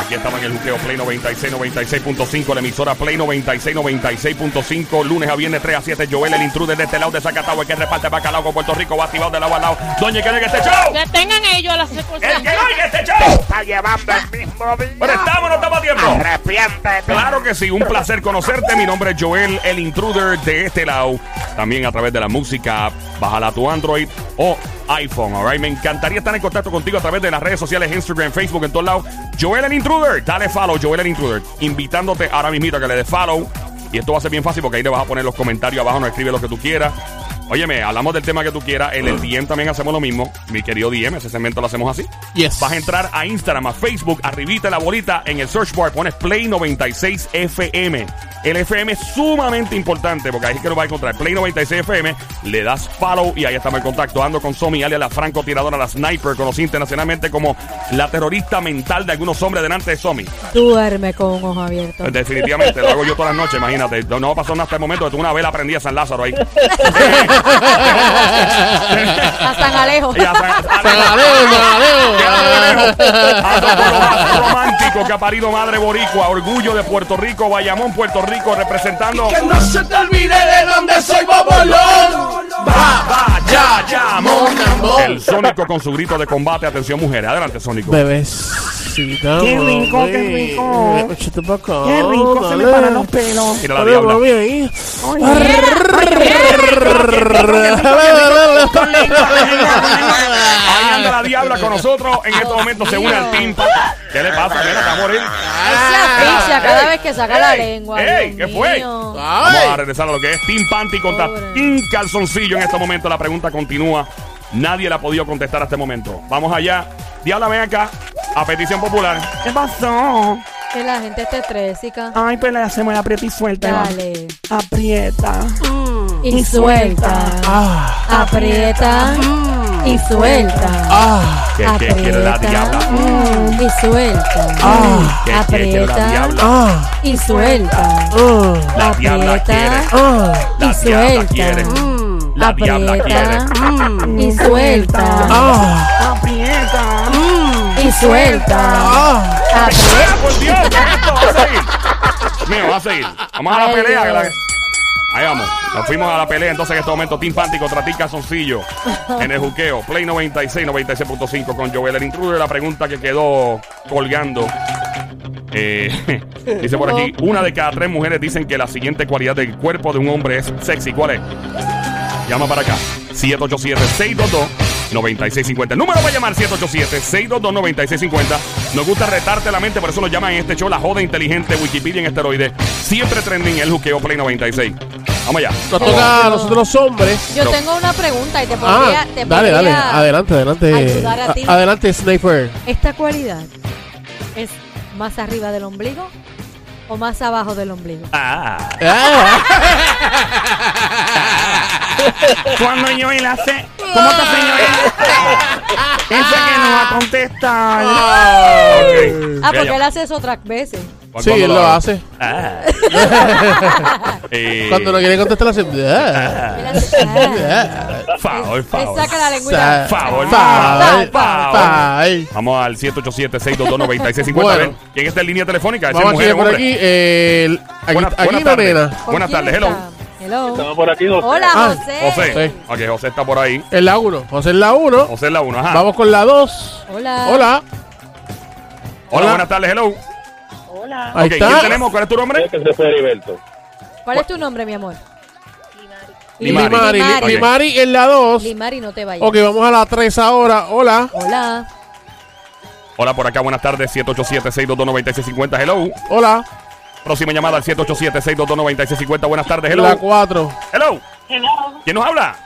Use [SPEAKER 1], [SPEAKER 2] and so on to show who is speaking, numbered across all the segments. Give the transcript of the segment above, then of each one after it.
[SPEAKER 1] Aquí estaba en el juqueo Play 96, 96.5, la emisora Play 96, 96.5. Lunes a viernes 3 a 7, Joel, el intruder de este lado de Zacatau, el que reparte bacalao con Puerto Rico, va activado de lado a lado. Doña, que en este show?
[SPEAKER 2] Que tengan ellos a las
[SPEAKER 1] ¡El que
[SPEAKER 2] circunstancias.
[SPEAKER 1] oiga este show!
[SPEAKER 3] está llevando el mismo día.
[SPEAKER 1] Pero estamos, o no estamos a tiempo.
[SPEAKER 3] Ah, Arrepiéntete.
[SPEAKER 4] Eh.
[SPEAKER 1] Claro que sí, un placer conocerte. Mi nombre es Joel, el intruder de este lado. También a través de la música, bájala a tu Android o iPhone. All right? Me encantaría estar en contacto contigo a través de las redes sociales, Instagram, Facebook, en todos lados. Joel el intruder, dale follow, Joel el intruder. Invitándote ahora mismito a que le des follow. Y esto va a ser bien fácil porque ahí le vas a poner los comentarios abajo, nos escribe lo que tú quieras. Óyeme, hablamos del tema que tú quieras. En el DM también hacemos lo mismo. Mi querido DM, ese segmento lo hacemos así.
[SPEAKER 4] Yes.
[SPEAKER 1] Vas a entrar a Instagram, a Facebook, arribita la bolita en el search bar, pones Play 96 FM. El FM es sumamente importante porque ahí es que lo vas a encontrar. Play 96 FM, le das follow y ahí estamos en contacto. Ando con Somi, alias la francotiradora, la sniper, conocida internacionalmente como la terrorista mental de algunos hombres delante de Somi.
[SPEAKER 5] Duerme con un ojo abierto.
[SPEAKER 1] Definitivamente, lo hago yo todas las noches, imagínate. No, no pasó nada hasta el momento que tuve una vela prendida a San Lázaro ahí.
[SPEAKER 5] A San Alejo.
[SPEAKER 1] Y a San- a-
[SPEAKER 4] San Alejo, San Alejo.
[SPEAKER 1] Ya lo tenemos. A todo lo más romántico que ha parido madre boricua, orgullo de Puerto Rico, Bayamón, Puerto Rico, representando
[SPEAKER 6] Que no se te olvide de dónde soy Bobolón. Va, va, ya, ya, mona, mona.
[SPEAKER 1] el Sónico con su grito de combate. Atención, mujeres. Adelante, Sónico.
[SPEAKER 4] Bebecita.
[SPEAKER 3] Qué rico,
[SPEAKER 4] mami.
[SPEAKER 3] qué rico.
[SPEAKER 4] Échate pa' acá,
[SPEAKER 3] Qué rico, se me
[SPEAKER 4] dale.
[SPEAKER 3] paran los pelos.
[SPEAKER 1] Mira la
[SPEAKER 4] Dale,
[SPEAKER 1] diabla.
[SPEAKER 4] mami, ahí.
[SPEAKER 1] Ahí anda la diabla con nosotros. En este momento se une al team. ¿Qué le pasa? Mira, está a morir.
[SPEAKER 5] Se asfixia cada vez que saca la
[SPEAKER 1] Ey,
[SPEAKER 5] lengua.
[SPEAKER 1] ey,
[SPEAKER 5] Dios
[SPEAKER 1] ¿qué fue?
[SPEAKER 5] mío.
[SPEAKER 4] Ay.
[SPEAKER 1] Vamos a regresar a lo que es Team Panty contra
[SPEAKER 5] Pobre.
[SPEAKER 1] Team Calzoncillo. En este momento la pregunta continúa. Nadie la ha podido contestar hasta este momento. Vamos allá. Diabla, ven acá. A petición popular.
[SPEAKER 3] ¿Qué pasó?
[SPEAKER 5] Que la gente esté estrésica.
[SPEAKER 3] Ay, pero la hacemos la aprieta y suelta.
[SPEAKER 5] Dale. Mm.
[SPEAKER 3] Aprieta.
[SPEAKER 5] Y suelta.
[SPEAKER 4] Ah,
[SPEAKER 5] Aprieta.
[SPEAKER 1] Mm.
[SPEAKER 5] Y suelta. Mm.
[SPEAKER 4] ah,
[SPEAKER 1] ¿Qué, qué quiere la diabla?
[SPEAKER 5] Y suelta.
[SPEAKER 4] ah,
[SPEAKER 1] ¿Qué quiere la
[SPEAKER 5] Aprieta.
[SPEAKER 1] diabla?
[SPEAKER 4] ah,
[SPEAKER 5] Y suelta.
[SPEAKER 4] ah,
[SPEAKER 1] La diabla quiere.
[SPEAKER 5] Aprieta.
[SPEAKER 4] ah,
[SPEAKER 1] La
[SPEAKER 5] Y
[SPEAKER 1] diabla
[SPEAKER 5] suelta. Mm.
[SPEAKER 1] quiere. La diabla quiere.
[SPEAKER 5] Aprieta. Y suelta. Mm.
[SPEAKER 4] ah,
[SPEAKER 3] Aprieta.
[SPEAKER 5] Y suelta.
[SPEAKER 4] ah.
[SPEAKER 1] ¡Ah, por Dios! ¿qué es esto? Va a seguir. Mío, va a seguir. Vamos a la
[SPEAKER 5] Ay,
[SPEAKER 1] pelea. que la-
[SPEAKER 5] Dios.
[SPEAKER 1] Ahí vamos. Nos fuimos a la pelea. Entonces, en este momento, Team Panty contra Team Calzoncillo. En el juqueo. Play 96, 96.5 con Joel. El intruder, la pregunta que quedó colgando. Eh, dice por aquí, una de cada tres mujeres dicen que la siguiente cualidad del cuerpo de un hombre es sexy. ¿Cuál es? Llama para acá. 787-622-9650. El número para llamar 787-622-9650. Nos gusta retarte la mente, por eso nos llaman en este show la joda inteligente Wikipedia en esteroides. Siempre trending el juqueo Play 96. Vamos allá.
[SPEAKER 4] Nos toca a nosotros los hombres.
[SPEAKER 5] Yo tengo una pregunta y te podría.
[SPEAKER 4] Ah,
[SPEAKER 5] te
[SPEAKER 4] dale, dale.
[SPEAKER 5] podría-
[SPEAKER 4] Adelante, adelante.
[SPEAKER 5] ayudar a
[SPEAKER 4] A-
[SPEAKER 5] ti.
[SPEAKER 4] Adelante, Sniper.
[SPEAKER 5] ¿Esta cualidad es más arriba del ombligo o más abajo del ombligo?
[SPEAKER 1] Ah.
[SPEAKER 3] Cuando yo y la sé. ¿Cómo está, señora? Esa que no va a contestar.
[SPEAKER 1] ok.
[SPEAKER 5] Ah,
[SPEAKER 1] Ya,
[SPEAKER 5] porque
[SPEAKER 1] ya.
[SPEAKER 5] él hace eso otras veces.
[SPEAKER 1] ¿Cuándo
[SPEAKER 4] Sí, él lo
[SPEAKER 1] hago?
[SPEAKER 4] hace.
[SPEAKER 1] Ah. Eh,
[SPEAKER 4] Cuando no quiere contestar, hace. ah,
[SPEAKER 5] Él hace- ah.
[SPEAKER 4] ah,
[SPEAKER 1] Favor,
[SPEAKER 5] Él
[SPEAKER 1] favor.
[SPEAKER 5] saca la
[SPEAKER 4] sa-
[SPEAKER 5] lengua.
[SPEAKER 1] Favor,
[SPEAKER 4] favor,
[SPEAKER 1] favor.
[SPEAKER 4] favor.
[SPEAKER 1] Vamos al 787-622-9650. A ver,
[SPEAKER 4] Bueno.
[SPEAKER 1] ¿Quién está en línea telefónica? Esa
[SPEAKER 4] Vamos a
[SPEAKER 1] mujer,
[SPEAKER 4] seguir por
[SPEAKER 1] hombre.
[SPEAKER 4] aquí. eh, el- Aquí
[SPEAKER 1] Buenas-
[SPEAKER 4] aquí
[SPEAKER 1] buenas
[SPEAKER 4] la
[SPEAKER 1] tardes.
[SPEAKER 4] nena.
[SPEAKER 5] ¿Con
[SPEAKER 1] Buenas
[SPEAKER 5] quién
[SPEAKER 1] tardes,
[SPEAKER 5] está? Hello.
[SPEAKER 7] Estamos por aquí, José.
[SPEAKER 5] Hola,
[SPEAKER 4] Ah,
[SPEAKER 5] José.
[SPEAKER 1] José.
[SPEAKER 4] Sí.
[SPEAKER 1] Ok, José está por ahí.
[SPEAKER 4] Es la 1. José es la 1.
[SPEAKER 1] José es la 1. Ajá.
[SPEAKER 4] Vamos con la 2.
[SPEAKER 5] Hola.
[SPEAKER 1] Hola,
[SPEAKER 4] Hola. Hola.
[SPEAKER 1] buenas tardes, hello.
[SPEAKER 4] Ahí
[SPEAKER 1] ok, ¿quién
[SPEAKER 4] está.
[SPEAKER 1] tenemos? ¿Cuál es tu nombre?
[SPEAKER 7] Es que se fue Heriberto.
[SPEAKER 5] ¿Cuál es tu nombre, mi amor?
[SPEAKER 1] Limari.
[SPEAKER 4] Limari.
[SPEAKER 5] Limari.
[SPEAKER 4] Li- Limari es la 2.
[SPEAKER 5] Limari, no te vayas.
[SPEAKER 4] Ok, vamos a la 3 ahora. Hola.
[SPEAKER 5] Hola.
[SPEAKER 1] Hola, por acá, buenas tardes. 787-622-9650, hello.
[SPEAKER 4] Hola.
[SPEAKER 1] Próxima llamada al 787-622-9650. Buenas tardes, hello.
[SPEAKER 4] La 4.
[SPEAKER 1] Hello.
[SPEAKER 8] Hello,
[SPEAKER 1] ¿Quién nos habla?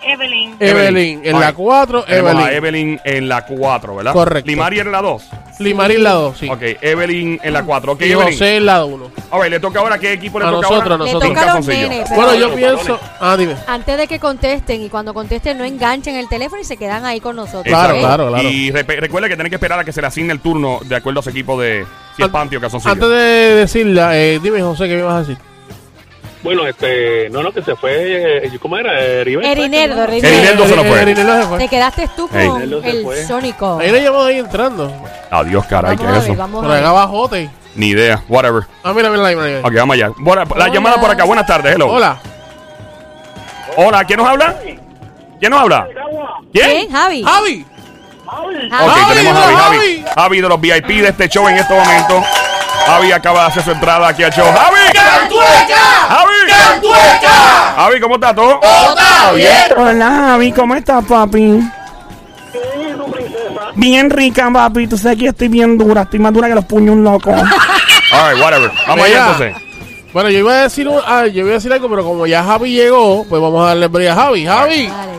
[SPEAKER 8] Evelyn.
[SPEAKER 1] Evelyn.
[SPEAKER 4] Evelyn. En la
[SPEAKER 1] Ay.
[SPEAKER 4] 4.
[SPEAKER 1] Tenemos a
[SPEAKER 4] Evelyn.
[SPEAKER 1] Evelyn en la 4, ¿verdad?
[SPEAKER 4] Correcto.
[SPEAKER 1] Limari en la 2.
[SPEAKER 4] Limari en la 2. Sí.
[SPEAKER 1] Ok, Evelyn en la 4. Ok,
[SPEAKER 4] Y
[SPEAKER 1] Evelyn.
[SPEAKER 4] José en la 1.
[SPEAKER 1] A ver, le toca ahora. ¿Qué equipo le
[SPEAKER 4] A
[SPEAKER 1] toca
[SPEAKER 4] nosotros,
[SPEAKER 1] ahora?
[SPEAKER 4] a
[SPEAKER 5] Le
[SPEAKER 4] nosotros.
[SPEAKER 5] toca a los
[SPEAKER 1] Calzoncillo.
[SPEAKER 5] nenes. pero
[SPEAKER 4] Bueno, yo pienso. Ah, dime.
[SPEAKER 5] Antes de que contesten y cuando contesten no enganchen el teléfono y se quedan ahí con nosotros.
[SPEAKER 4] Claro,
[SPEAKER 5] ¿ok?
[SPEAKER 4] claro, claro.
[SPEAKER 1] Y repe- recuerda que tienen que esperar a que se le asigne el turno de acuerdo a su equipo de si es
[SPEAKER 4] An-
[SPEAKER 1] Panty o Calzoncillo.
[SPEAKER 4] Antes de decirla, eh, dime, José, ¿qué me vas a decir?
[SPEAKER 7] Bueno, este, no, no, que se fue, eh, ¿cómo era? Heriberto.
[SPEAKER 5] Erineldo,
[SPEAKER 1] Erineldo
[SPEAKER 5] Erineldo.
[SPEAKER 1] se lo fue.
[SPEAKER 4] Erineldo se
[SPEAKER 5] Eh, Te
[SPEAKER 4] fue.
[SPEAKER 5] quedaste tú con
[SPEAKER 1] Ey.
[SPEAKER 7] Erineldo se fue.
[SPEAKER 5] el sónico.
[SPEAKER 4] Ahí lo llevamos ahí entrando.
[SPEAKER 1] Adiós, caray,
[SPEAKER 5] Vamos
[SPEAKER 1] ¿qué
[SPEAKER 5] a
[SPEAKER 1] es
[SPEAKER 5] ver,
[SPEAKER 1] eso?
[SPEAKER 5] vamos
[SPEAKER 4] Por
[SPEAKER 5] a ver.
[SPEAKER 4] acá abajote.
[SPEAKER 1] Ni idea, whatever.
[SPEAKER 4] Ah, mira, mira, mira. mira.
[SPEAKER 1] Ok, vamos allá. Buena- la
[SPEAKER 5] Hola.
[SPEAKER 1] llamada por acá, buenas tardes, hello.
[SPEAKER 4] Hola.
[SPEAKER 1] Hola, ¿quién nos habla? ¿Quién nos habla? ¿Quién?
[SPEAKER 5] ¿Quién, Javi?
[SPEAKER 4] Javi.
[SPEAKER 1] Ok,
[SPEAKER 4] Javi,
[SPEAKER 1] tenemos a Javi,
[SPEAKER 4] hola,
[SPEAKER 1] Javi.
[SPEAKER 4] Javi.
[SPEAKER 1] Javi de los VIP de este show en este momento. Javi acaba de hacer su entrada aquí al show. ¡Javi!
[SPEAKER 6] ¡Cantueca!
[SPEAKER 1] ¡Javi!
[SPEAKER 6] ¡Cantueca!
[SPEAKER 1] ¡Javi, ¿cómo está todo?
[SPEAKER 6] ¡Todo está bien!
[SPEAKER 3] Hola, Javi, ¿cómo estás, papi? Bien rica, papi. Tú sabes que yo estoy bien dura. Estoy más dura que los puños locos.
[SPEAKER 4] Ah,
[SPEAKER 1] All right, whatever. Vamos allá
[SPEAKER 4] Mira.
[SPEAKER 1] entonces.
[SPEAKER 4] Bueno, yo iba a decir un- ah, yo iba a decir algo, pero como ya Javi llegó, pues vamos a darle break a Javi. Javi.
[SPEAKER 5] Dale.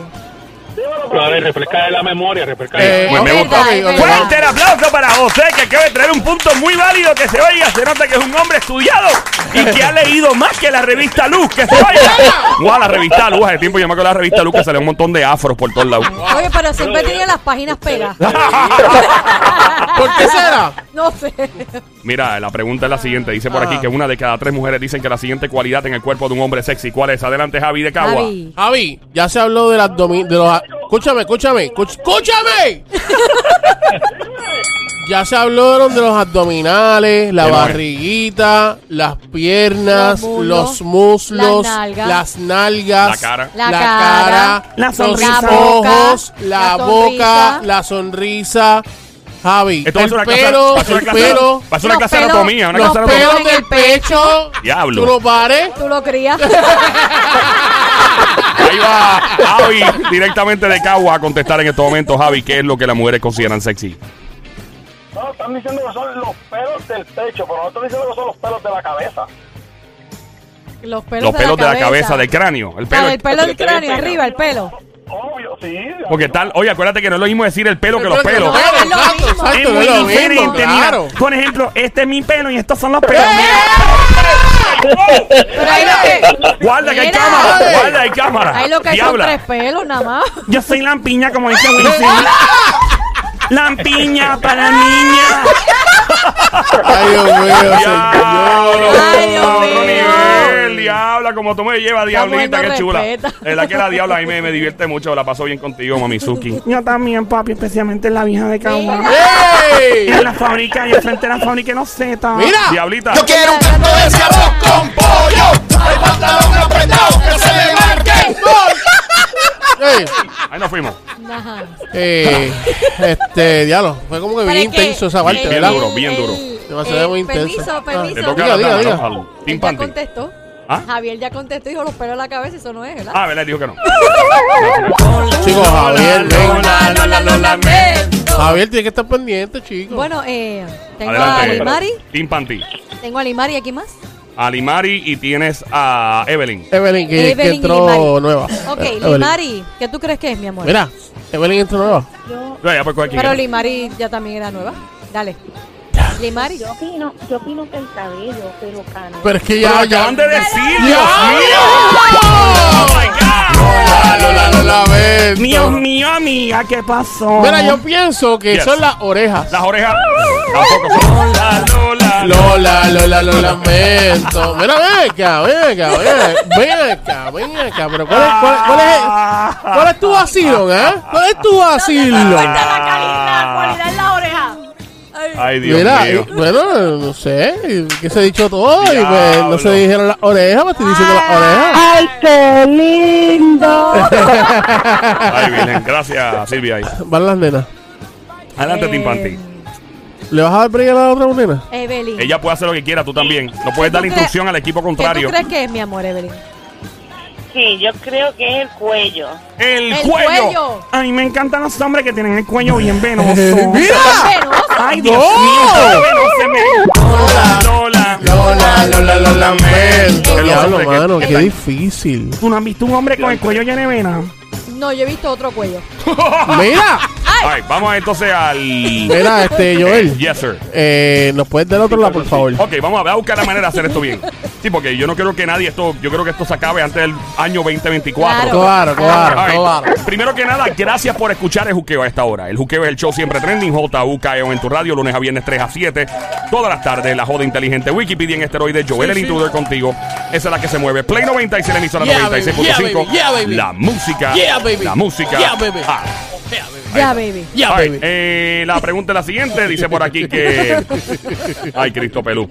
[SPEAKER 7] Pero, a ver, refresca de la memoria, refresca de
[SPEAKER 4] Eh,
[SPEAKER 1] Pues me- me
[SPEAKER 4] ok,
[SPEAKER 1] gusta.
[SPEAKER 4] ok, ok.
[SPEAKER 1] Fuerte el aplauso para José, que acaba de traer un punto muy válido que se oiga. Se nota que es un hombre estudiado y que ha leído más que la revista Luz. ¡Que se oiga! ¡Guau, la revista Luz! Hace tiempo yo me acuerdo de la revista Luz que salió un montón de afros por todos lados.
[SPEAKER 5] Oye, pero siempre tenía las páginas pegadas.
[SPEAKER 4] ¿Por qué será?
[SPEAKER 5] No sé.
[SPEAKER 1] Mira, la pregunta es la siguiente. Dice por
[SPEAKER 4] Ah.
[SPEAKER 1] aquí que una de cada tres mujeres dicen que la siguiente cualidad en el cuerpo de un hombre es sexy. ¿Cuál es? Adelante, Javi de Cagua.
[SPEAKER 5] Javi.
[SPEAKER 4] Javi, ya se habló de las domi- de los a- Escúchame, escúchame, escuch- escúchame. ya se habló de los abdominales, la
[SPEAKER 1] Pero, eh.
[SPEAKER 4] barriguita, las piernas,
[SPEAKER 5] Los muslos,
[SPEAKER 4] los muslos,
[SPEAKER 5] las nalgas.
[SPEAKER 4] las nalgas,
[SPEAKER 1] La cara.
[SPEAKER 5] La
[SPEAKER 4] cara,
[SPEAKER 5] cara,
[SPEAKER 3] la sonrisa.
[SPEAKER 4] los ojos,
[SPEAKER 5] la
[SPEAKER 4] la,
[SPEAKER 5] boca,
[SPEAKER 4] boca, la sonrisa. Javi,
[SPEAKER 1] Esto va a ser
[SPEAKER 4] el
[SPEAKER 1] una clase,
[SPEAKER 4] pelo,
[SPEAKER 1] va a ser una
[SPEAKER 4] el
[SPEAKER 1] clase,
[SPEAKER 4] pelo,
[SPEAKER 1] va a ser una
[SPEAKER 5] Los
[SPEAKER 1] clase de
[SPEAKER 5] pelos,
[SPEAKER 1] anatomía, una
[SPEAKER 4] los
[SPEAKER 1] clase de anatomía.
[SPEAKER 4] pelos del pecho.
[SPEAKER 1] Diablo.
[SPEAKER 4] Tú lo pares.
[SPEAKER 5] Tú lo crías.
[SPEAKER 1] Ahí va Javi, directamente de Cagua, a contestar en estos momentos, Javi, ¿qué es lo que las mujeres consideran sexy?
[SPEAKER 7] No, están diciendo que son los pelos del pecho, pero no están diciendo que son los pelos de la cabeza.
[SPEAKER 5] Los pelos,
[SPEAKER 1] Los pelos
[SPEAKER 5] de, la cabeza.
[SPEAKER 1] del cráneo. El
[SPEAKER 5] Ah,
[SPEAKER 1] pelo.
[SPEAKER 5] el pelo del
[SPEAKER 7] Porque tiene
[SPEAKER 5] cráneo,
[SPEAKER 7] pelo.
[SPEAKER 5] arriba, el pelo.
[SPEAKER 7] Obvio, sí.
[SPEAKER 1] Porque tal, oye, acuérdate que no es lo mismo decir el pelo que los
[SPEAKER 4] Pero
[SPEAKER 1] pelos.
[SPEAKER 5] no.
[SPEAKER 4] Exacto,
[SPEAKER 5] Es lo mismo.
[SPEAKER 4] exacto,
[SPEAKER 3] es muy
[SPEAKER 4] lo mismo,
[SPEAKER 3] diferente,
[SPEAKER 4] claro. ¡Eh!
[SPEAKER 3] mira. Por ejemplo, este es mi pelo y estos son los pelos. míos.
[SPEAKER 5] Pero ahí lo que,
[SPEAKER 1] Guarda que hay
[SPEAKER 5] Mira.
[SPEAKER 1] cámara, guarda hay cámara.
[SPEAKER 5] ahí lo que hay son
[SPEAKER 1] Diabla.
[SPEAKER 5] tres pelos nada más.
[SPEAKER 3] Yo soy lampiña, como dice Wisin.
[SPEAKER 4] ¡Eh!
[SPEAKER 3] Lampiña para niña.
[SPEAKER 4] Ay, Dios mío,
[SPEAKER 1] Diablo,
[SPEAKER 5] Ay, Dios
[SPEAKER 1] otro
[SPEAKER 5] mío.
[SPEAKER 1] nivel, diabla, como tú me llevas, diablita,
[SPEAKER 5] mujer no
[SPEAKER 1] qué chula.
[SPEAKER 5] respeta.
[SPEAKER 1] Es la que la diabla a mí me, me divierte mucho, la paso bien contigo, Mamizuki.
[SPEAKER 3] Yo también, papi, especialmente la vieja de
[SPEAKER 4] ¡Eh!
[SPEAKER 3] Cagua.
[SPEAKER 5] Mira.
[SPEAKER 4] ¡Ey!
[SPEAKER 3] En la fábrica, y al frente de la fábrica, no sé,
[SPEAKER 4] ¡Mira!
[SPEAKER 1] Diablita,
[SPEAKER 6] Yo quiero un plato de ese arroz con pollo. El pantalón apretado que se le marque el gol.
[SPEAKER 4] ¡Ey!
[SPEAKER 1] ahí nos fuimos.
[SPEAKER 5] Ajá.
[SPEAKER 4] Eh, este, diablo, fue como que bien
[SPEAKER 5] Pero es que
[SPEAKER 4] intenso esa parte,
[SPEAKER 5] el-
[SPEAKER 1] bien
[SPEAKER 4] ¿verdad?
[SPEAKER 1] duro, bien
[SPEAKER 5] el-
[SPEAKER 1] duro. Eh,
[SPEAKER 5] el-
[SPEAKER 4] Demasiado muy intenso.
[SPEAKER 5] Permiso, permiso.
[SPEAKER 1] Te
[SPEAKER 4] Diga,
[SPEAKER 1] toca
[SPEAKER 4] diga,
[SPEAKER 1] la
[SPEAKER 4] diga.
[SPEAKER 1] dama, ¿no? al Team
[SPEAKER 5] Él ya
[SPEAKER 1] Panty.
[SPEAKER 5] contestó.
[SPEAKER 1] ¿Ah?
[SPEAKER 5] Javier ya contestó y dijo los pelos de la cabeza, eso no es, ¿verdad?
[SPEAKER 1] Ah, ¿verdad? Dijo que no.
[SPEAKER 4] Chicos, Javier, ven.
[SPEAKER 6] Lola, Lola, lo lamento.
[SPEAKER 4] Javier tiene que estar pendiente, chicos.
[SPEAKER 5] Bueno, eh, tengo a
[SPEAKER 1] Adelante.
[SPEAKER 5] Limari.
[SPEAKER 1] Team Panty.
[SPEAKER 5] Tengo a Limari, ¿aquí más?
[SPEAKER 1] Alimari y tienes a Evelyn.
[SPEAKER 4] Evelyn, que, que
[SPEAKER 5] Evelyn y
[SPEAKER 4] entró
[SPEAKER 5] Limari.
[SPEAKER 4] nueva.
[SPEAKER 5] Ok,
[SPEAKER 4] Eh, Evelyn.
[SPEAKER 5] Limari, ¿qué tú crees que es, mi amor?
[SPEAKER 4] Mira, Evelyn entró nueva.
[SPEAKER 1] Ya, ya, pues, coge aquí.
[SPEAKER 5] Pero Limari ya también era nueva. Dale. Limari.
[SPEAKER 2] Yo opino, yo opino que el cabello, pero cano.
[SPEAKER 4] Pero es que
[SPEAKER 1] Pero
[SPEAKER 4] ya, ya.
[SPEAKER 1] acaban de decir, Dios
[SPEAKER 4] ¡Ya!
[SPEAKER 1] mío. Oh my God.
[SPEAKER 4] Lola, Lola, lo lamento.
[SPEAKER 3] Dios mío, amiga, ¿qué pasó?
[SPEAKER 4] Mira, yo pienso que
[SPEAKER 1] Yes.
[SPEAKER 4] son las orejas.
[SPEAKER 1] Las orejas. Tampoco son. Lola, Lola,
[SPEAKER 4] Lola, Lola, lo lamento. Mira, ven acá, ven acá, ven acá, ven acá, ven acá. Pero ¿cuál es, cuál, cuál es, cuál es tu vacilón, eh? ¿Cuál es tu vacilón?
[SPEAKER 5] en la oreja.
[SPEAKER 1] Ay, Dios
[SPEAKER 4] Mira,
[SPEAKER 1] mío.
[SPEAKER 4] y- bueno, no sé, y que se ha dicho todo y pues no se
[SPEAKER 1] Diablo.
[SPEAKER 4] dijeron las orejas, me estoy diciendo las orejas.
[SPEAKER 2] ¡Ay, qué lindo!
[SPEAKER 1] Ay, Virgen. Gracias, Silvia. ahí.
[SPEAKER 4] Van las nenas.
[SPEAKER 1] Adelante,
[SPEAKER 5] Eh,
[SPEAKER 1] Team Panty.
[SPEAKER 4] ¿Le vas a dar break a la otra nena?
[SPEAKER 5] Evelyn.
[SPEAKER 1] Ella puede hacer lo que quiera, tú también. No
[SPEAKER 5] ¿Qué
[SPEAKER 1] puedes
[SPEAKER 5] tú
[SPEAKER 1] dar
[SPEAKER 5] crees-
[SPEAKER 1] instrucción al equipo
[SPEAKER 5] ¿Qué
[SPEAKER 1] contrario.
[SPEAKER 5] tú crees que es, mi amor, Evelyn?
[SPEAKER 8] Sí, yo creo que es el cuello.
[SPEAKER 1] El,
[SPEAKER 5] El
[SPEAKER 1] cuello.
[SPEAKER 5] cuello.
[SPEAKER 3] A mí me encantan los hombres que tienen el cuello bien venoso.
[SPEAKER 1] ¡Ah!
[SPEAKER 5] Venoso.
[SPEAKER 3] ¡Ay, Dios mío! ¡Qué venoso me-
[SPEAKER 1] Lola, Lola.
[SPEAKER 4] Lola, Lola, lo lamento.
[SPEAKER 1] Que los
[SPEAKER 4] Diablo,
[SPEAKER 1] hombres que-
[SPEAKER 4] mano,
[SPEAKER 1] que
[SPEAKER 4] qué
[SPEAKER 1] están-
[SPEAKER 4] difícil.
[SPEAKER 3] ¿Tú no has visto un hombre con el cuello lleno de venas?
[SPEAKER 5] No, yo he visto otro cuello.
[SPEAKER 4] Mira,
[SPEAKER 1] Ay, vamos entonces al.
[SPEAKER 4] mira, este, Joel.
[SPEAKER 1] Yes, sir.
[SPEAKER 4] Eh, ¿Nos puedes dar otro lado, por favor?
[SPEAKER 1] Ok, vamos a, voy a buscar la manera de hacer esto bien. Sí, porque yo no creo que nadie esto, yo creo que esto se acabe antes del año 2024.
[SPEAKER 4] Claro, claro,
[SPEAKER 1] All right.
[SPEAKER 4] claro.
[SPEAKER 1] Primero que nada, gracias por escuchar el juqueo a esta hora. El juqueo es el show siempre trending, JUKEO E en tu radio, lunes a viernes 3 a 7, todas las tardes, la joda inteligente Wikipedia en esteroides, Joel el
[SPEAKER 4] sí.
[SPEAKER 1] intruder contigo. Esa es la que se mueve. Play 96, la emisora
[SPEAKER 4] Yeah,
[SPEAKER 1] 96.5.
[SPEAKER 4] baby, yeah, baby.
[SPEAKER 1] la música.
[SPEAKER 4] Yeah, baby.
[SPEAKER 1] La música.
[SPEAKER 4] Yeah, baby.
[SPEAKER 1] Ah,
[SPEAKER 4] Yeah, baby.
[SPEAKER 5] Ya, baby.
[SPEAKER 4] Yeah,
[SPEAKER 1] all right.
[SPEAKER 4] baby.
[SPEAKER 1] Eh, la pregunta es la siguiente. Dice por aquí que. Ay, Cristo Pelú.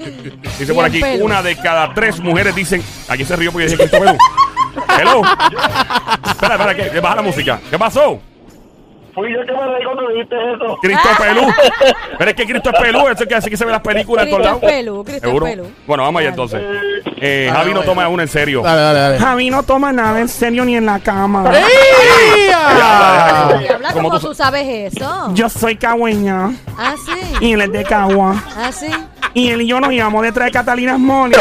[SPEAKER 1] Dice por
[SPEAKER 5] Bien
[SPEAKER 1] aquí:
[SPEAKER 5] pelo.
[SPEAKER 1] una de cada tres mujeres dicen. Aquí se rió porque dije Cristo Pelú. Hello. espera, espera, que, que baja la música. ¿Qué pasó?
[SPEAKER 7] Fui yo que me reí cuando dijiste eso.
[SPEAKER 1] Cristo Pelú. Pero es que Cristo es Pelú, eso es que así que se ve las películas en todos lados.
[SPEAKER 5] Cristo es pelú, Cristo es
[SPEAKER 1] Seguro.
[SPEAKER 5] pelú.
[SPEAKER 1] Bueno, vamos allá entonces. Eh,
[SPEAKER 4] Ah,
[SPEAKER 1] Javi no
[SPEAKER 4] vamos
[SPEAKER 1] toma
[SPEAKER 4] allá.
[SPEAKER 1] uno en serio.
[SPEAKER 4] Dale, dale, dale.
[SPEAKER 3] Javi no toma nada en serio ni en la cama.
[SPEAKER 4] ¿Eh? ¡Ey! Ah,
[SPEAKER 5] Ay, Habla
[SPEAKER 1] ¿Cómo
[SPEAKER 5] como
[SPEAKER 1] tú
[SPEAKER 5] tú sabes eso.
[SPEAKER 3] Yo soy cagüeña
[SPEAKER 5] Ah, sí.
[SPEAKER 3] y él es de Cagua.
[SPEAKER 5] Ah, sí.
[SPEAKER 3] Y él y yo nos íbamos detrás de Catalina Molly.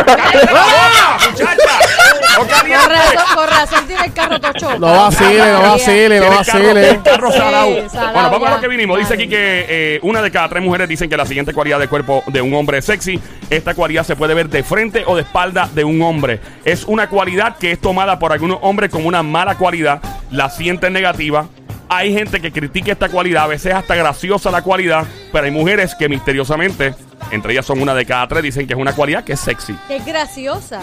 [SPEAKER 1] ¡Ah, ¡Muchacha! ¡No
[SPEAKER 5] Con
[SPEAKER 1] calientes!
[SPEAKER 5] razón, con razón tiene el carro tocho.
[SPEAKER 4] No vacile, no vacile, no
[SPEAKER 1] Tiene carro-
[SPEAKER 4] vacile.
[SPEAKER 1] tiene carro
[SPEAKER 5] Sí,
[SPEAKER 1] salado.
[SPEAKER 5] salado
[SPEAKER 1] Bueno, vamos a lo
[SPEAKER 5] ya.
[SPEAKER 1] que vinimos. Dice
[SPEAKER 5] Madre.
[SPEAKER 1] aquí que eh, una de cada tres mujeres dicen que la siguiente cualidad de cuerpo de un hombre es sexy. Esta cualidad se puede ver de frente o de espalda de un hombre. Es una cualidad que es tomada por algunos hombres como una mala cualidad. La sienten negativa. Hay gente que critica esta cualidad, a veces hasta graciosa la cualidad, pero hay mujeres que misteriosamente, entre ellas son una de cada tres, dicen que es una cualidad que es sexy.
[SPEAKER 5] Qué graciosa.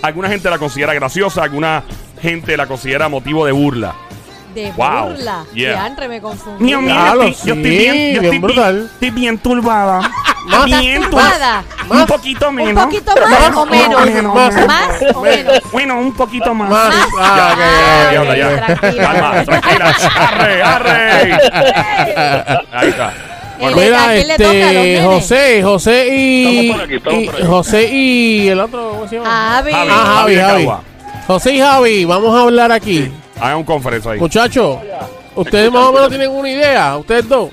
[SPEAKER 1] Alguna gente la considera graciosa, alguna gente la considera motivo de burla.
[SPEAKER 5] De
[SPEAKER 1] Wow.
[SPEAKER 5] burla.
[SPEAKER 1] Yeah.
[SPEAKER 5] Diantre, me confundí.
[SPEAKER 3] Mío, mío,
[SPEAKER 4] Claro,
[SPEAKER 3] yo estoy, yo estoy
[SPEAKER 4] sí,
[SPEAKER 3] bien, yo
[SPEAKER 4] bien
[SPEAKER 3] estoy bien-
[SPEAKER 4] brutal.
[SPEAKER 3] estoy bien turbada.
[SPEAKER 4] Más,
[SPEAKER 3] bien
[SPEAKER 5] ¿Estás
[SPEAKER 3] turbada.
[SPEAKER 5] turbada?
[SPEAKER 3] Un poquito
[SPEAKER 5] Un
[SPEAKER 3] menos.
[SPEAKER 5] poquito más o menos.
[SPEAKER 4] menos.
[SPEAKER 5] Más o menos.
[SPEAKER 3] Bueno, un poquito más.
[SPEAKER 4] más. Ah, ok,
[SPEAKER 5] Ah,
[SPEAKER 4] ok,
[SPEAKER 1] Ya,
[SPEAKER 4] ok.
[SPEAKER 1] ya, ya.
[SPEAKER 5] tranquila. Eh,
[SPEAKER 1] Calma, tranquila. Arre, arre. Ahí está.
[SPEAKER 5] El de- ¿a
[SPEAKER 4] Mira,
[SPEAKER 5] quién le toca a los
[SPEAKER 4] este,
[SPEAKER 5] nenes?
[SPEAKER 4] José, José y,
[SPEAKER 6] Estamos por aquí, estamos
[SPEAKER 4] y-
[SPEAKER 6] por aquí.
[SPEAKER 4] José y el otro, ¿cómo se llama?
[SPEAKER 5] Javi.
[SPEAKER 1] Javi.
[SPEAKER 4] Ah, Javi,
[SPEAKER 1] de
[SPEAKER 4] Javi.
[SPEAKER 1] Cagua.
[SPEAKER 4] José y Javi, vamos a hablar aquí.
[SPEAKER 1] Hagan un conference ahí.
[SPEAKER 4] Muchachos, ustedes más o menos tienen una idea, ustedes dos.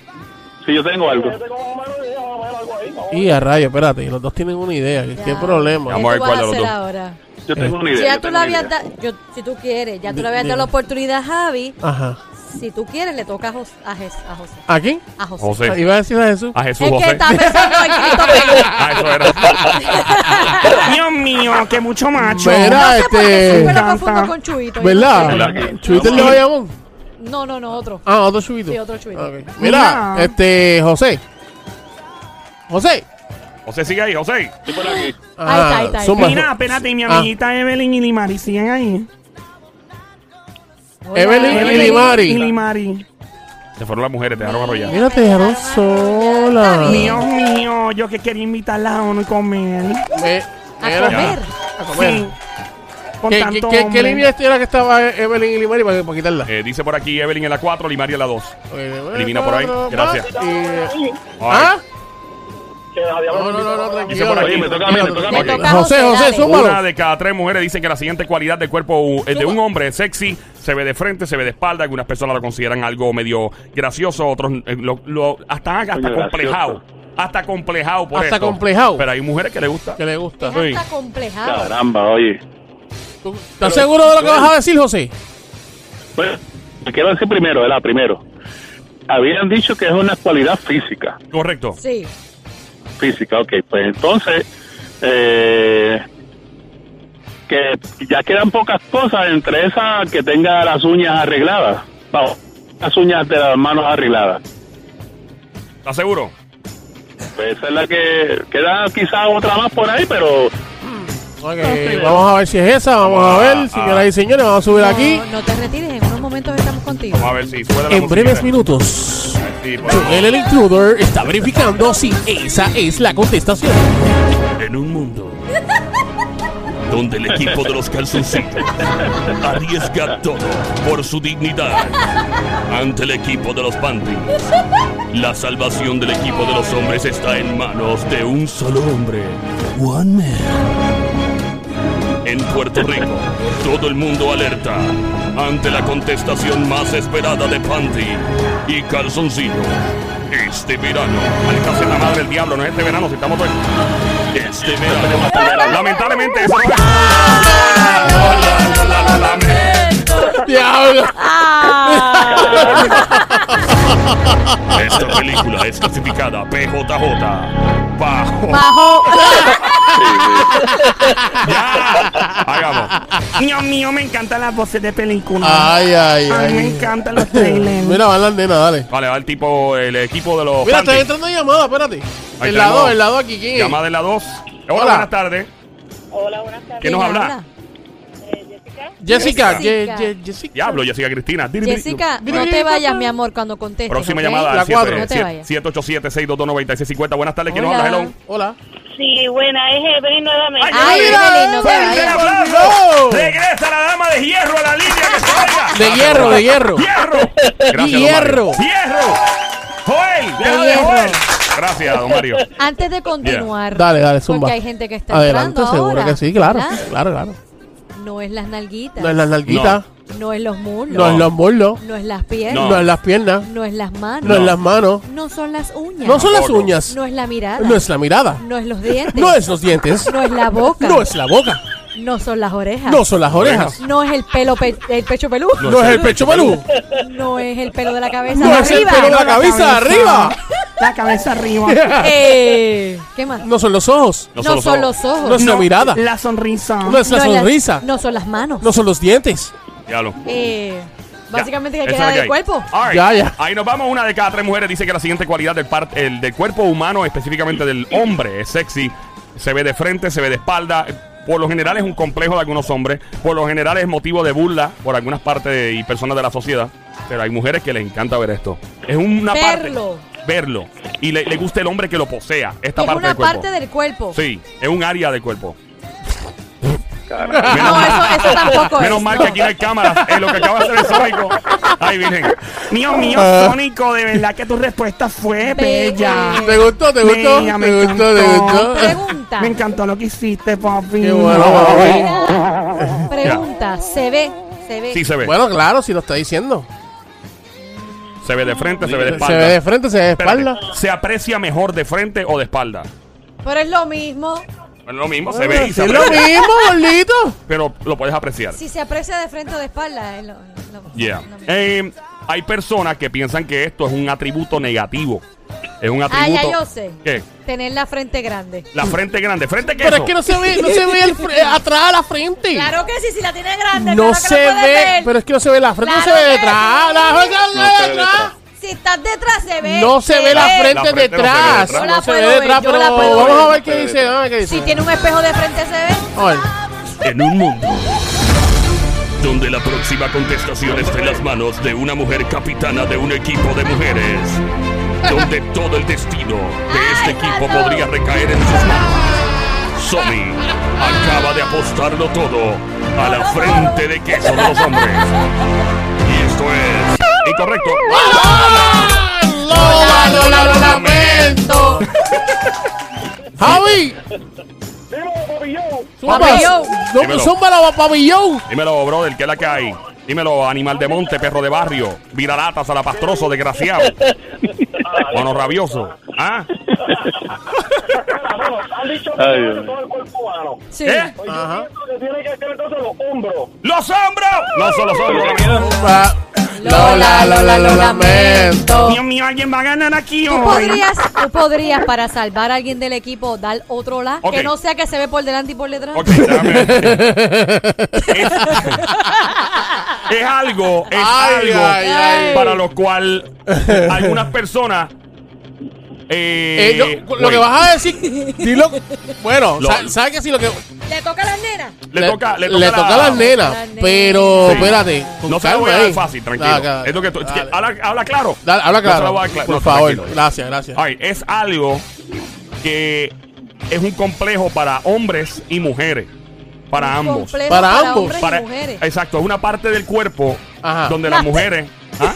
[SPEAKER 6] Sí, yo tengo algo.
[SPEAKER 7] Yo tengo más o menos idea, más o menos algo ahí, ¿no?
[SPEAKER 4] Y a rayo, espérate, los dos tienen una idea, ¿qué, qué
[SPEAKER 5] Ya.
[SPEAKER 4] problema?
[SPEAKER 5] ¿Qué
[SPEAKER 1] Vamos a ver
[SPEAKER 5] tú vas
[SPEAKER 1] cuál
[SPEAKER 5] a
[SPEAKER 1] de los
[SPEAKER 5] hacer
[SPEAKER 1] dos.
[SPEAKER 5] ahora?
[SPEAKER 6] Yo tengo una idea.
[SPEAKER 5] Si
[SPEAKER 6] yo
[SPEAKER 5] ya tú
[SPEAKER 6] tengo
[SPEAKER 5] le
[SPEAKER 6] una
[SPEAKER 5] habías
[SPEAKER 6] idea.
[SPEAKER 5] dado, yo- si tú quieres, ya tú
[SPEAKER 4] Di-
[SPEAKER 5] le habías dado la
[SPEAKER 4] dime.
[SPEAKER 5] oportunidad a Javi.
[SPEAKER 4] Ajá.
[SPEAKER 5] Si tú quieres, le toca a Jos- a Jes- a José.
[SPEAKER 4] ¿Aquí?
[SPEAKER 5] A José.
[SPEAKER 4] Ah,
[SPEAKER 1] José.
[SPEAKER 4] Iba a decir a Jesús.
[SPEAKER 1] A Jesús
[SPEAKER 5] es que
[SPEAKER 1] José.
[SPEAKER 5] está pensando en Cristo Pelú.
[SPEAKER 1] Ah, eso era.
[SPEAKER 3] Dios mío, que mucho macho.
[SPEAKER 4] Mira,
[SPEAKER 5] No sé por qué
[SPEAKER 4] este,
[SPEAKER 5] siempre lo
[SPEAKER 3] Canta.
[SPEAKER 5] confundo con Chuito. yo no
[SPEAKER 4] ¿Verdad?
[SPEAKER 5] sé.
[SPEAKER 6] ¿Verdad que-
[SPEAKER 4] ¿Chubito el de Bayamón?
[SPEAKER 5] No, no, no, otro.
[SPEAKER 4] Ah, otro chubito.
[SPEAKER 5] Sí, otro Chuito.
[SPEAKER 4] Ok. Mira,
[SPEAKER 3] Mira.
[SPEAKER 4] este, José. José. Ah,
[SPEAKER 1] José, sigue ahí, José.
[SPEAKER 6] Estoy por aquí.
[SPEAKER 5] Ahí está, ahí está, ahí
[SPEAKER 4] zumba.
[SPEAKER 3] Mira, espérate, y mi
[SPEAKER 4] Ah.
[SPEAKER 3] amiguita Evelyn y Limari siguen ahí.
[SPEAKER 5] Hola.
[SPEAKER 4] Evelyn y Limari.
[SPEAKER 3] Y Limari.
[SPEAKER 1] Se fueron las mujeres, te dejaron arrollar.
[SPEAKER 4] Mira, te dejaron sola.
[SPEAKER 5] Está
[SPEAKER 3] Dios mío, yo que quería invitarla a uno y comer.
[SPEAKER 4] Me-
[SPEAKER 5] A
[SPEAKER 4] mira.
[SPEAKER 5] comer.
[SPEAKER 4] A
[SPEAKER 3] Sí.
[SPEAKER 4] comer.
[SPEAKER 3] Con
[SPEAKER 4] ¿Qué, qué,
[SPEAKER 3] tanto
[SPEAKER 4] qué, qué
[SPEAKER 3] hombre.
[SPEAKER 4] línea este era que estaba Evelyn y Limari para, para quitarla?
[SPEAKER 1] Eh, dice por aquí Evelyn en la 4, Limari en la 2. Eh, elimina por ahí. Gracias.
[SPEAKER 4] Y-
[SPEAKER 1] All
[SPEAKER 4] ¿Ah?
[SPEAKER 1] right.
[SPEAKER 7] Que a diablo
[SPEAKER 4] No, no, no, no,
[SPEAKER 1] Dice
[SPEAKER 4] tranquilo.
[SPEAKER 1] por aquí.
[SPEAKER 6] Oye, me toca a mí, me toca a mí.
[SPEAKER 5] Le toca a
[SPEAKER 4] José, José,
[SPEAKER 5] dale.
[SPEAKER 1] Una
[SPEAKER 4] súmalo.
[SPEAKER 1] de cada tres mujeres dicen que la siguiente cualidad del cuerpo eh, de un hombre es sexy. Se ve de frente, se ve de espalda. Algunas personas lo consideran algo medio gracioso, otros eh, lo, lo- hasta, hasta
[SPEAKER 6] Coño,
[SPEAKER 1] complejado. Hasta complejado por
[SPEAKER 4] Hasta
[SPEAKER 1] esto.
[SPEAKER 4] complejado.
[SPEAKER 1] Pero hay mujeres que les gusta.
[SPEAKER 4] Que le gusta.
[SPEAKER 5] Es hasta complejado.
[SPEAKER 6] Caramba, oye.
[SPEAKER 4] ¿Tú- ¿Estás seguro de lo que vas a decir, José?
[SPEAKER 6] Bueno, te quiero decir primero, ¿verdad? Primero. Habían dicho que es una cualidad física.
[SPEAKER 1] Correcto.
[SPEAKER 5] Sí.
[SPEAKER 6] Física, ok. Pues entonces, eh, que ya quedan pocas cosas entre esas que tenga las uñas arregladas. Vamos, las uñas de las manos arregladas.
[SPEAKER 1] ¿Estás seguro?
[SPEAKER 6] Pues esa es la que queda quizás otra más por ahí, pero
[SPEAKER 4] Ok, vamos a ver si es esa, vamos a ver,
[SPEAKER 1] Ah,
[SPEAKER 4] señoras y señores, vamos a subir
[SPEAKER 5] No,
[SPEAKER 4] aquí.
[SPEAKER 5] No te retires, en unos momentos estamos contigo.
[SPEAKER 1] Vamos a ver si suena la
[SPEAKER 4] En breves
[SPEAKER 1] musiquita.
[SPEAKER 4] minutos,
[SPEAKER 1] Sí, por favor.
[SPEAKER 4] Joel el Intruder está verificando si esa es la contestación.
[SPEAKER 9] En un mundo donde el equipo de los calzoncillos arriesga todo por su dignidad ante el equipo de los panties, la salvación del equipo de los hombres está en manos de un solo hombre, One Man. En Puerto Rico, todo el mundo alerta ante la contestación más esperada de Panty y Calzoncillo este verano.
[SPEAKER 1] Maldita sea la madre del diablo, no es este verano, si estamos todos.
[SPEAKER 9] Este verano.
[SPEAKER 1] Lamentablemente, eso no es.
[SPEAKER 4] Diablo.
[SPEAKER 5] Ah,
[SPEAKER 9] Esta película es clasificada PJJ. Bajo.
[SPEAKER 5] Bajo.
[SPEAKER 1] Ya. Hagamos.
[SPEAKER 3] Dios mío, me encantan las voces de película.
[SPEAKER 4] Ay, ay,
[SPEAKER 3] Ay, me
[SPEAKER 4] ay.
[SPEAKER 3] encantan los trailers.
[SPEAKER 4] Mira, van las nenas, dale.
[SPEAKER 1] Vale, va el tipo, el equipo de los.
[SPEAKER 4] Mira,
[SPEAKER 1] Panties.
[SPEAKER 4] están entrando llamadas, espérate.
[SPEAKER 1] Ahí
[SPEAKER 4] El lado,
[SPEAKER 1] tenemos
[SPEAKER 4] el lado aquí, ¿quién es?
[SPEAKER 1] Llamada de la 2. Hola,
[SPEAKER 4] Hola.
[SPEAKER 1] buenas tardes.
[SPEAKER 8] Hola, buenas tardes.
[SPEAKER 1] ¿Quién nos habla?
[SPEAKER 8] Eh, Jessica.
[SPEAKER 4] Jessica. Ye-
[SPEAKER 5] Jessica.
[SPEAKER 4] ye- Jessica.
[SPEAKER 1] Diablo, Jessica Cristina. Diri, diri.
[SPEAKER 5] Jessica, no te vayas, mi amor, cuando contestes.
[SPEAKER 1] Próxima
[SPEAKER 5] ¿ok?
[SPEAKER 1] llamada
[SPEAKER 4] La
[SPEAKER 1] al
[SPEAKER 4] cuatro.
[SPEAKER 5] No te
[SPEAKER 1] 787
[SPEAKER 5] vayas.
[SPEAKER 1] 787-622-9650. Buenas tardes, ¿quién nos
[SPEAKER 5] Hola.
[SPEAKER 1] habla? Hello.
[SPEAKER 4] Hola.
[SPEAKER 8] Sí, buena, es Evelyn nuevamente.
[SPEAKER 1] Ah,
[SPEAKER 5] Ay, Evelyn, no te
[SPEAKER 1] ¡Fuerte el
[SPEAKER 5] vayas.
[SPEAKER 1] aplauso!
[SPEAKER 4] No.
[SPEAKER 1] ¡Regresa la dama de hierro a la línea que se vaya!
[SPEAKER 4] De hierro, de hierro.
[SPEAKER 1] ¡Hierro! Gracias, don
[SPEAKER 4] hierro.
[SPEAKER 1] Mario. ¡Hierro! ¡Joel! ¡Deja de
[SPEAKER 5] hierro.
[SPEAKER 1] Joel! Gracias, don Mario.
[SPEAKER 5] Antes de continuar,
[SPEAKER 4] Dale, dale, zumba.
[SPEAKER 5] porque hay gente que está
[SPEAKER 4] Adelante,
[SPEAKER 5] entrando
[SPEAKER 4] seguro
[SPEAKER 5] ahora,
[SPEAKER 4] que sí, claro.
[SPEAKER 5] ¿verdad?
[SPEAKER 4] Claro, claro.
[SPEAKER 5] No es las nalguitas,
[SPEAKER 4] No es las nalguitas,
[SPEAKER 5] no es los
[SPEAKER 4] no,
[SPEAKER 5] muslos,
[SPEAKER 4] es los muslos,
[SPEAKER 5] no es las piernas,
[SPEAKER 1] No.
[SPEAKER 4] no. es las piernas,
[SPEAKER 5] no, es las manos,
[SPEAKER 4] no, es las manos,
[SPEAKER 5] no son las uñas,
[SPEAKER 4] no son las
[SPEAKER 1] Tampoco.
[SPEAKER 4] uñas,
[SPEAKER 5] no es la mirada,
[SPEAKER 4] no es la mirada,
[SPEAKER 5] no es los dientes,
[SPEAKER 4] no es los dientes,
[SPEAKER 5] no es la boca,
[SPEAKER 4] no es la boca,
[SPEAKER 5] no son las orejas,
[SPEAKER 4] no son las orejas,
[SPEAKER 5] No es el pelo, pe- el pecho peludo,
[SPEAKER 4] no es el pecho peludo,
[SPEAKER 5] no es el pelo de la cabeza
[SPEAKER 4] no es el
[SPEAKER 5] arriba,
[SPEAKER 4] pelo de la cabeza arriba,
[SPEAKER 3] La cabeza arriba.
[SPEAKER 5] Eh, ¿qué más?
[SPEAKER 4] no son los ojos,
[SPEAKER 1] No
[SPEAKER 5] No,
[SPEAKER 1] son los
[SPEAKER 5] son
[SPEAKER 1] ojos.
[SPEAKER 5] los ojos,
[SPEAKER 4] no es la mirada,
[SPEAKER 3] La sonrisa.
[SPEAKER 4] no es la
[SPEAKER 5] No es la-
[SPEAKER 4] sonrisa,
[SPEAKER 5] no son las manos,
[SPEAKER 4] no son los dientes.
[SPEAKER 1] Diablo.
[SPEAKER 5] Eh,
[SPEAKER 1] Ya,
[SPEAKER 5] básicamente que
[SPEAKER 1] esa
[SPEAKER 5] queda
[SPEAKER 1] es la
[SPEAKER 5] del
[SPEAKER 1] hay.
[SPEAKER 5] cuerpo.
[SPEAKER 1] All right.
[SPEAKER 4] Ya, ya.
[SPEAKER 1] Ahí nos vamos. Una de cada tres mujeres dice que la siguiente cualidad del, par- el- del cuerpo humano, específicamente del hombre, es sexy. Se ve de frente, se ve de espalda. Por lo general es un complejo de algunos hombres. Por lo general es motivo de burla por algunas partes de- y personas de la sociedad. Pero hay mujeres que les encanta ver esto. Es una
[SPEAKER 5] Verlo.
[SPEAKER 1] parte. Verlo. Y le, le gusta el hombre que lo posea. Esta
[SPEAKER 5] Es
[SPEAKER 1] parte
[SPEAKER 5] una
[SPEAKER 1] del cuerpo.
[SPEAKER 5] parte del cuerpo.
[SPEAKER 1] Sí, es un área del cuerpo.
[SPEAKER 5] No,
[SPEAKER 1] mal-
[SPEAKER 5] eso, eso tampoco
[SPEAKER 1] menos
[SPEAKER 5] es.
[SPEAKER 1] mal
[SPEAKER 5] no.
[SPEAKER 1] que aquí no hay cámaras. Es lo que acaba de hacer el sónico. Ay, virgen.
[SPEAKER 3] Mío, mío,
[SPEAKER 4] Ah.
[SPEAKER 3] Sónico, de verdad que tu respuesta fue
[SPEAKER 5] Bella.
[SPEAKER 3] bella.
[SPEAKER 4] ¿Te gustó? ¿Te gustó?
[SPEAKER 3] Mira, me
[SPEAKER 4] ¿Te gustó? ¿Te
[SPEAKER 3] encantó.
[SPEAKER 4] gustó?
[SPEAKER 5] Pregunta.
[SPEAKER 3] Me encantó lo que hiciste, papi.
[SPEAKER 4] Qué bueno, bueno,
[SPEAKER 5] Mira, Pregunta. Se ve. Se ve.
[SPEAKER 1] Sí se ve.
[SPEAKER 4] Bueno, claro, si lo está diciendo.
[SPEAKER 1] Se ve de frente, se ve de
[SPEAKER 4] Se
[SPEAKER 1] espalda.
[SPEAKER 4] ve de frente, se ve de
[SPEAKER 1] Espérate,
[SPEAKER 4] espalda.
[SPEAKER 1] ¿Se aprecia mejor de frente o de espalda?
[SPEAKER 5] Pero es lo mismo.
[SPEAKER 1] Es lo mismo, se ve y se
[SPEAKER 4] Es lo
[SPEAKER 1] aprecia,
[SPEAKER 4] mismo, gordito.
[SPEAKER 1] pero lo puedes apreciar.
[SPEAKER 5] Si se aprecia de frente o de espalda. Es lo, lo-
[SPEAKER 1] Yeah.
[SPEAKER 5] lo mismo.
[SPEAKER 1] Eh, hay personas que piensan que esto es un atributo negativo. Es un
[SPEAKER 5] Ah,
[SPEAKER 1] atributo.
[SPEAKER 5] ya yo sé.
[SPEAKER 1] ¿Qué?
[SPEAKER 5] Tener la frente grande.
[SPEAKER 1] La frente grande. ¿Frente qué
[SPEAKER 4] Pero es que no se ve, no se ve el fre- atrás a la frente.
[SPEAKER 5] Claro que sí, si la tiene grande.
[SPEAKER 4] no
[SPEAKER 5] claro que
[SPEAKER 4] se
[SPEAKER 5] la puedes
[SPEAKER 4] ve,
[SPEAKER 5] ver.
[SPEAKER 4] pero es que no se ve la frente, no
[SPEAKER 5] Claro
[SPEAKER 4] se ve
[SPEAKER 5] que
[SPEAKER 4] detrás.
[SPEAKER 5] sí.
[SPEAKER 4] La frente no
[SPEAKER 6] No
[SPEAKER 4] se
[SPEAKER 6] se
[SPEAKER 4] ve
[SPEAKER 6] ve
[SPEAKER 4] detrás.
[SPEAKER 5] Si estás detrás, se ve.
[SPEAKER 4] No se ve la frente
[SPEAKER 1] frente no se ve
[SPEAKER 4] detrás.
[SPEAKER 1] detrás. Yo
[SPEAKER 5] la
[SPEAKER 4] No se ve
[SPEAKER 5] puedo ver,
[SPEAKER 4] detrás,
[SPEAKER 5] yo
[SPEAKER 4] pero
[SPEAKER 5] la puedo
[SPEAKER 4] vamos a
[SPEAKER 5] ver.
[SPEAKER 4] ver qué dice. Vamos a ver qué
[SPEAKER 5] Si
[SPEAKER 4] dice.
[SPEAKER 5] tiene un espejo de frente, se ve.
[SPEAKER 4] A ver.
[SPEAKER 9] En un mundo donde la próxima contestación está en las manos de una mujer capitana de un equipo de mujeres, donde todo el destino de este equipo podría recaer en sus manos. Sony acaba de apostarlo todo a la frente de queso de los hombres. Y esto es
[SPEAKER 1] Incorrecto.
[SPEAKER 4] Lola, Lola, lo lamento. Javi,
[SPEAKER 7] Dímelo, papillón.
[SPEAKER 4] zumba,
[SPEAKER 5] Papillón.
[SPEAKER 4] zumba,
[SPEAKER 1] Dímelo.
[SPEAKER 4] zumba la papillón.
[SPEAKER 1] Dímelo, brother, ¿qué es la que hay? Dímelo, animal de monte, perro de barrio, viralata, salapastroso, desgraciado, mono rabioso. ¿Ah?
[SPEAKER 7] Bueno, Han dicho que
[SPEAKER 6] Ay,
[SPEAKER 7] tiene
[SPEAKER 6] Dios
[SPEAKER 7] todo el cuerpo humano.
[SPEAKER 5] Sí.
[SPEAKER 1] ¿Eh?
[SPEAKER 7] Pues yo pienso que tiene que ser entonces los hombros.
[SPEAKER 1] ¡Los hombros! No son los hombros.
[SPEAKER 4] Zumba. Lola, Lola, lo lamento.
[SPEAKER 3] Dios mío, alguien va a ganar aquí
[SPEAKER 5] Tú
[SPEAKER 3] hoy.
[SPEAKER 5] podrías, tú podrías para salvar a alguien del equipo, dar otro la
[SPEAKER 1] Ok.
[SPEAKER 5] que no sea que se ve por delante y por detrás.
[SPEAKER 1] Ok, déjame. es, es algo, es
[SPEAKER 4] Ay,
[SPEAKER 1] algo
[SPEAKER 4] ay, ay.
[SPEAKER 1] para lo cual algunas personas. eh,
[SPEAKER 4] Eh, yo- lo
[SPEAKER 1] güey,
[SPEAKER 4] que vas a decir, dilo. Bueno,
[SPEAKER 1] Lo-
[SPEAKER 4] sa- ¿sabes qué? Si lo que.
[SPEAKER 5] Le toca a las nenas.
[SPEAKER 1] le, toca, le toca, la-
[SPEAKER 4] a las nenas,
[SPEAKER 5] Las nenas.
[SPEAKER 4] pero
[SPEAKER 1] Sí.
[SPEAKER 4] espérate. con
[SPEAKER 1] No se lo voy a
[SPEAKER 4] calma
[SPEAKER 1] dar
[SPEAKER 4] ahí.
[SPEAKER 1] fácil, tranquilo.
[SPEAKER 4] Ah, claro.
[SPEAKER 1] es lo que tú- es que
[SPEAKER 4] Dale.
[SPEAKER 1] habla, habla claro.
[SPEAKER 4] Dale, habla
[SPEAKER 1] No se lo
[SPEAKER 4] claro.
[SPEAKER 1] voy a dar cla-
[SPEAKER 4] por
[SPEAKER 1] no,
[SPEAKER 4] favor,
[SPEAKER 1] tranquilo.
[SPEAKER 4] gracias, gracias.
[SPEAKER 1] Ay, es algo que es un complejo para hombres y mujeres. Para
[SPEAKER 5] Un
[SPEAKER 1] ambos.
[SPEAKER 5] complejo
[SPEAKER 4] Para ambos.
[SPEAKER 5] hombres y
[SPEAKER 1] Para-
[SPEAKER 5] mujeres.
[SPEAKER 1] Exacto, es una parte del cuerpo
[SPEAKER 4] Ajá.
[SPEAKER 1] donde las mujeres. ¿Ah?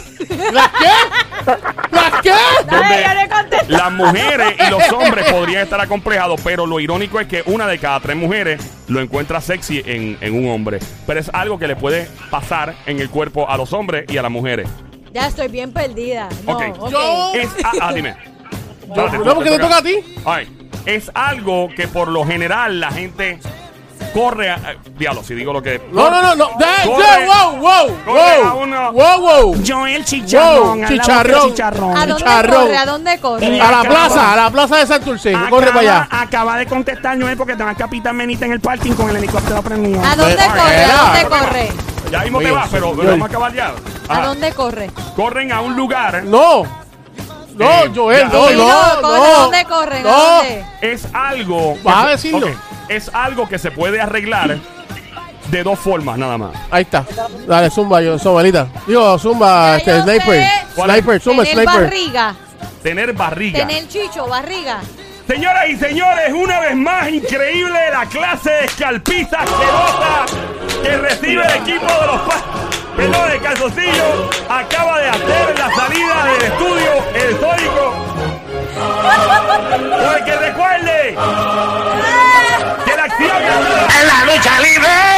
[SPEAKER 4] ¿Las qué? ¿Las qué?
[SPEAKER 1] donde
[SPEAKER 5] ya le contesté.
[SPEAKER 1] las mujeres y los hombres podrían estar acomplejados, pero lo irónico es que una de cada tres mujeres lo encuentra sexy en, en un hombre. Pero es algo que le puede pasar en el cuerpo a los hombres y a las mujeres.
[SPEAKER 5] Ya estoy bien perdida. No,
[SPEAKER 1] Ok.
[SPEAKER 5] ok.
[SPEAKER 4] Yo-
[SPEAKER 1] Es, ah, ah, dime. Dale,
[SPEAKER 4] No, porque te toca a ti.
[SPEAKER 1] Ay, es algo que por lo general la gente corre a. eh, diablo, si digo lo que.
[SPEAKER 4] No, no, no, no. De-
[SPEAKER 1] Corre.
[SPEAKER 4] de- wow, wow,
[SPEAKER 1] Corre a
[SPEAKER 4] wow.
[SPEAKER 1] uno.
[SPEAKER 4] Wow, wow.
[SPEAKER 3] Joel Chicharrón.
[SPEAKER 4] Wow,
[SPEAKER 3] al lado de
[SPEAKER 4] chicharrón.
[SPEAKER 3] chicharrón.
[SPEAKER 5] ¿A dónde
[SPEAKER 4] charrón.
[SPEAKER 5] corre? ¿A dónde corre?
[SPEAKER 4] A la plaza, a la plaza de Santurce. Corre para allá.
[SPEAKER 3] Acaba de contestar Noel porque están a Capitán Menita en el parking con el helicóptero prendido.
[SPEAKER 5] ¿A dónde
[SPEAKER 4] Bueno,
[SPEAKER 5] corre?
[SPEAKER 4] era.
[SPEAKER 5] ¿A dónde corre?
[SPEAKER 1] Ya mismo te
[SPEAKER 4] Oye,
[SPEAKER 1] vas, pero
[SPEAKER 4] señor.
[SPEAKER 1] vamos a acabar ya.
[SPEAKER 5] ¿A
[SPEAKER 4] Ah.
[SPEAKER 1] Ajá.
[SPEAKER 5] dónde corre?
[SPEAKER 1] Corren a un lugar.
[SPEAKER 4] No. No,
[SPEAKER 1] Eh,
[SPEAKER 4] Joel,
[SPEAKER 1] ya.
[SPEAKER 4] no,
[SPEAKER 5] Sí,
[SPEAKER 4] no,
[SPEAKER 5] no, corre, ¿a
[SPEAKER 4] no.
[SPEAKER 5] dónde corren? ¿A
[SPEAKER 4] No.
[SPEAKER 5] dónde?
[SPEAKER 1] Es algo.
[SPEAKER 4] Vas
[SPEAKER 1] que
[SPEAKER 4] a
[SPEAKER 1] se-
[SPEAKER 4] decirlo.
[SPEAKER 1] ok, Es algo que se puede arreglar de dos formas nada más.
[SPEAKER 4] Ahí está. Dale, zumba, yo, sobalita. Digo, zumba,
[SPEAKER 5] Ya
[SPEAKER 4] este,
[SPEAKER 5] yo sé.
[SPEAKER 4] sniper.
[SPEAKER 1] ¿Cuál es?
[SPEAKER 4] Sniper, zumba,
[SPEAKER 5] Tener
[SPEAKER 4] sniper.
[SPEAKER 5] barriga.
[SPEAKER 1] Tener barriga.
[SPEAKER 5] Tener chicho, barriga.
[SPEAKER 1] Señoras y señores, una vez más increíble la clase de escalpiza asquerosa que recibe el equipo de los pa- Perdón, el calzoncillo acaba de hacer la salida del estudio el sónico. Porque recuerde que la acción
[SPEAKER 3] ¡En la lucha libre!